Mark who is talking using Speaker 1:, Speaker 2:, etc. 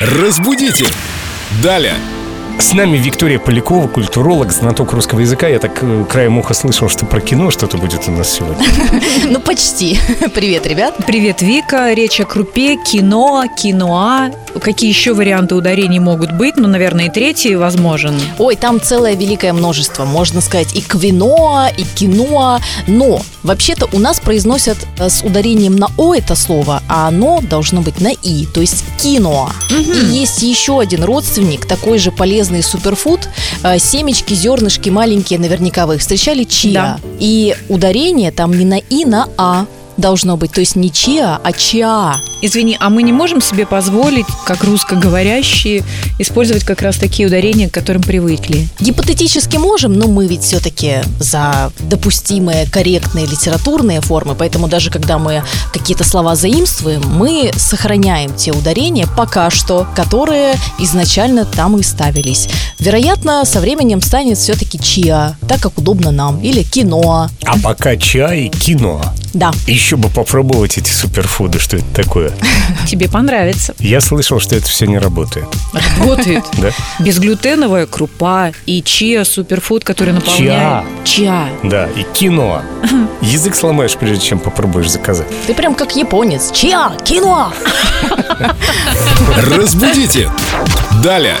Speaker 1: Разбудите! Далее!
Speaker 2: С нами Виктория Полякова, культуролог, знаток русского языка. Я так э, краем уха слышал, что про кино что-то будет у нас сегодня.
Speaker 3: Ну, почти. Привет, ребят.
Speaker 4: Привет, Вика. Речь о крупе, кино, киноа. Какие еще варианты ударений могут быть? Ну, наверное, и третий возможен.
Speaker 3: Ой, там целое великое множество. Можно сказать и квиноа, и киноа. Но вообще-то у нас произносят э, с ударением на «о» это слово, а оно должно быть на «и», то есть киноа. И есть еще один родственник, такой же полезный суперфуд. Э, Семечки, зернышки маленькие, наверняка вы их встречали, чиа.
Speaker 4: Да.
Speaker 3: И ударение там не на «и», на «а» должно быть. То есть не чиа, а чиа.
Speaker 4: Извини, а мы не можем себе позволить, как русскоговорящие, использовать как раз такие ударения, к которым привыкли.
Speaker 3: Гипотетически можем, но мы ведь все-таки за допустимые корректные литературные формы, поэтому даже когда мы какие-то слова заимствуем, мы сохраняем те ударения пока что, которые изначально там и ставились. Вероятно, со временем станет все-таки чиа, так как удобно нам, или киноа.
Speaker 2: А пока чай и кино.
Speaker 3: Да,
Speaker 2: Еще бы попробовать эти суперфуды, что это такое.
Speaker 4: Тебе понравится.
Speaker 2: Я слышал, что это все не работает.
Speaker 4: Работает.
Speaker 2: Да?
Speaker 4: Безглютеновая крупа и чиа суперфуд, который наполняет... Чиа.
Speaker 2: Да, и кино. Язык сломаешь, прежде чем попробуешь заказать.
Speaker 3: ты прям как японец. Чиа, киноа.
Speaker 1: Разбудите! Далее!